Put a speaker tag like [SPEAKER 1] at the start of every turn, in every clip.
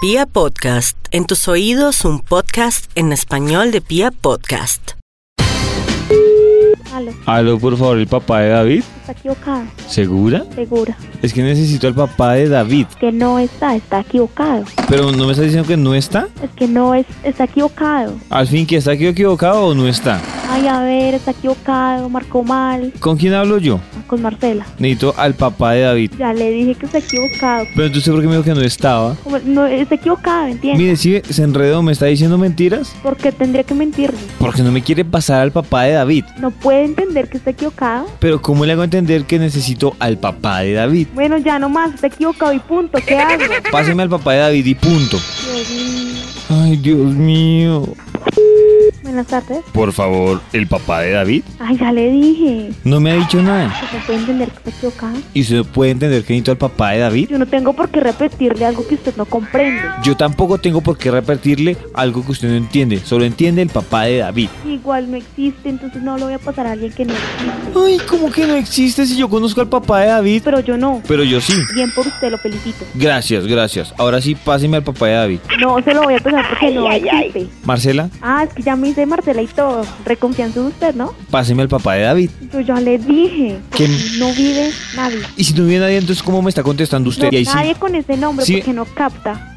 [SPEAKER 1] Pia Podcast, en tus oídos un podcast en español de Pia Podcast.
[SPEAKER 2] Aló,
[SPEAKER 3] Aló, por favor, el papá de David.
[SPEAKER 2] está equivocado,
[SPEAKER 3] ¿Segura?
[SPEAKER 2] segura.
[SPEAKER 3] Es que necesito al papá de David.
[SPEAKER 2] Que no está, está equivocado.
[SPEAKER 3] Pero no me está diciendo que no está.
[SPEAKER 2] Es que no es, está equivocado.
[SPEAKER 3] Al fin, que está aquí equivocado o no está.
[SPEAKER 2] Ay, a ver, está equivocado, marcó mal. Ah,
[SPEAKER 3] ¿Con quién hablo yo?
[SPEAKER 2] Con Marcela.
[SPEAKER 3] Necesito al papá de David.
[SPEAKER 2] Ya le dije que está equivocado.
[SPEAKER 3] Pero entonces, ¿por qué me dijo que no estaba?
[SPEAKER 2] Como- No, está equivocado, ¿entiendes?
[SPEAKER 3] Mire, sigue, se enredó, me está diciendo mentiras.
[SPEAKER 2] Porque tendría que mentirle.
[SPEAKER 3] Porque no me quiere pasar al papá de David.
[SPEAKER 2] No puede entender que está equivocado.
[SPEAKER 3] Pero, ¿cómo le hago entender que necesito al papá de David?
[SPEAKER 2] Bueno, ya nomás, está equivocado y punto. ¿Qué hago?
[SPEAKER 3] Páseme al papá de David y punto.
[SPEAKER 2] Dios mío.
[SPEAKER 3] Ay, Dios mío.
[SPEAKER 2] Buenas tardes.
[SPEAKER 3] Por favor, ¿el papá de David?
[SPEAKER 2] Ay, ya le dije.
[SPEAKER 3] No me ha dicho nada.
[SPEAKER 2] Que no puede entender que está equivocado.
[SPEAKER 3] ¿Y usted puede entender que necesito al papá de David?
[SPEAKER 2] Yo no tengo por qué repetirle algo que usted no comprende.
[SPEAKER 3] Yo tampoco tengo por qué repetirle algo que usted no entiende, solo entiende el papá de David.
[SPEAKER 2] Igual no existe, entonces no lo voy a pasar a alguien que no existe.
[SPEAKER 3] Ay, ¿cómo que no existe si yo conozco al papá de David?
[SPEAKER 2] Pero yo no.
[SPEAKER 3] Pero yo sí.
[SPEAKER 2] Bien por usted, lo felicito.
[SPEAKER 3] Gracias, gracias. Ahora sí, páseme al papá de David.
[SPEAKER 2] No se lo voy a pasar porque no existe.
[SPEAKER 3] Marcela,
[SPEAKER 2] Ah, es que ya me hice Marcela y todo. Reconfianza en usted, ¿no?
[SPEAKER 3] páseme al papá de David.
[SPEAKER 2] Yo ya le dije.
[SPEAKER 3] ¿Quién?
[SPEAKER 2] No vive nadie.
[SPEAKER 3] Y si no viene nadie, entonces ¿cómo me está contestando usted?
[SPEAKER 2] No,
[SPEAKER 3] Y ahí sí.
[SPEAKER 2] nadie con ese nombre
[SPEAKER 3] Sí.
[SPEAKER 2] porque no capta.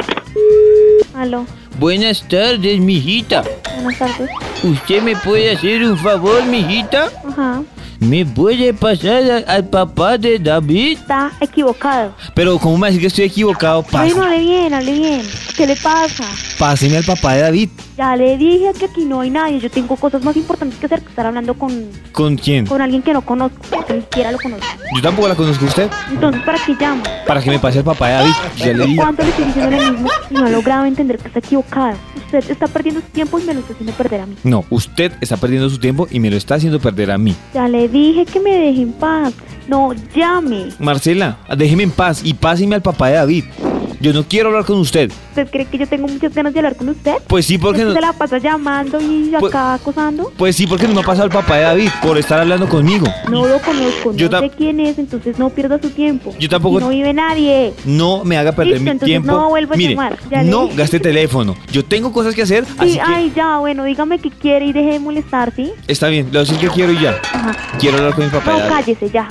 [SPEAKER 2] Aló,
[SPEAKER 4] Buenas tardes, mijita.
[SPEAKER 2] buenas tardes.
[SPEAKER 4] ¿Usted me puede hacer un favor, mijita?
[SPEAKER 2] Ajá.
[SPEAKER 4] ¿Me puede pasar a- al papá de David?
[SPEAKER 2] Está equivocado.
[SPEAKER 3] Pero ¿cómo me va a decir que estoy equivocado?
[SPEAKER 2] Ay,
[SPEAKER 3] Pás-
[SPEAKER 2] no, hable bien, hable bien. ¿Qué le pasa?
[SPEAKER 3] Páseme al papá de David.
[SPEAKER 2] Ya le dije que aquí no hay nadie. Yo tengo cosas más importantes que hacer que estar hablando con,
[SPEAKER 3] ¿Con quién?
[SPEAKER 2] con alguien que no conozco, que ni siquiera lo conozco.
[SPEAKER 3] Yo tampoco la conozco a usted.
[SPEAKER 2] Entonces, ¿para qué llamo?
[SPEAKER 3] Para que me pase al papá de David. Ya le dije.
[SPEAKER 2] ¿Cuánto le estoy diciendo lo mismo? Y no ha logrado entender que está equivocado. Usted está perdiendo su tiempo y me lo está haciendo perder a mí.
[SPEAKER 3] No, usted está perdiendo su tiempo y me lo está haciendo perder a mí.
[SPEAKER 2] Ya le dije que me deje en paz. No llame.
[SPEAKER 3] Marcela, déjeme en paz y páseme al papá de David. Yo no quiero hablar con usted.
[SPEAKER 2] ¿Usted cree que yo tengo muchas ganas de hablar con usted?
[SPEAKER 3] Pues sí, porque
[SPEAKER 2] ¿Es que
[SPEAKER 3] no,
[SPEAKER 2] se la pasa llamando y
[SPEAKER 3] Pues-
[SPEAKER 2] acá acosando?
[SPEAKER 3] pues sí, porque no me ha pasado el papá de David por estar hablando conmigo.
[SPEAKER 2] No lo conozco,
[SPEAKER 3] Yo
[SPEAKER 2] no
[SPEAKER 3] tam-
[SPEAKER 2] sé quién es, entonces no pierda su tiempo.
[SPEAKER 3] Yo tampoco-
[SPEAKER 2] Y no vive nadie.
[SPEAKER 3] No me haga perder
[SPEAKER 2] Listo,
[SPEAKER 3] mi
[SPEAKER 2] entonces
[SPEAKER 3] tiempo.
[SPEAKER 2] no vuelvo a
[SPEAKER 3] Mire,
[SPEAKER 2] llamar, ya le
[SPEAKER 3] no
[SPEAKER 2] dije.
[SPEAKER 3] gaste teléfono. Yo tengo cosas que hacer, así
[SPEAKER 2] Sí, ah.
[SPEAKER 3] que
[SPEAKER 2] ay, ya, bueno, dígame qué quiere y deje de molestar, ¿sí?
[SPEAKER 3] está bien. Le voy a decir que quiero y ya.
[SPEAKER 2] Ajá.
[SPEAKER 3] Quiero hablar con mi papá.
[SPEAKER 2] No,
[SPEAKER 3] de David.
[SPEAKER 2] cállese ya.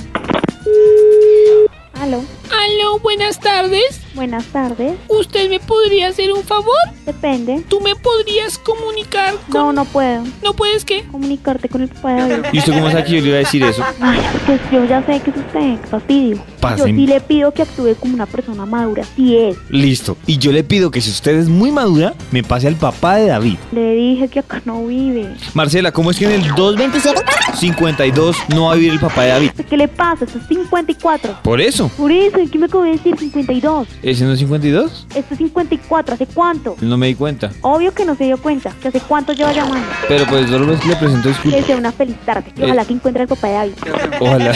[SPEAKER 2] Aló,
[SPEAKER 5] Aló, buenas tardes.
[SPEAKER 2] buenas tardes.
[SPEAKER 5] ¿Usted me podría hacer un favor?
[SPEAKER 2] Depende.
[SPEAKER 5] ¿Tú me podrías comunicar
[SPEAKER 2] No,
[SPEAKER 5] con...
[SPEAKER 2] no puedo
[SPEAKER 5] ¿No puedes qué?
[SPEAKER 2] comunicarte con el papá de David.
[SPEAKER 3] ¿Y usted cómo sabe que yo le iba a decir eso?
[SPEAKER 2] Ay, pues yo ya sé que es usted, qué fastidio.
[SPEAKER 3] Pasen.
[SPEAKER 2] Yo sí le pido que actúe como una persona madura, si es.
[SPEAKER 3] Listo. Y yo le pido que si usted es muy madura, me pase al papá de David.
[SPEAKER 2] Le dije que acá no vive.
[SPEAKER 3] Marcela, ¿cómo es que en el 227-52 no va a vivir el papá de David?
[SPEAKER 2] Pues, ¿Qué le pasa? Esto es 54.
[SPEAKER 3] Por eso.
[SPEAKER 2] Por eso, ¿y ¿qué me acabo de decir? 52.
[SPEAKER 3] ¿Ese no es 52?
[SPEAKER 2] Esto es 54, ¿hace cuánto?
[SPEAKER 3] No me di cuenta.
[SPEAKER 2] Obvio que no se dio cuenta, que hace cuánto lleva llamando.
[SPEAKER 3] Pero pues solo les- le presento
[SPEAKER 2] Que
[SPEAKER 3] disculpas.
[SPEAKER 2] sea una feliz tarde. Y ojalá que encuentre al papá de David.
[SPEAKER 3] Ojalá.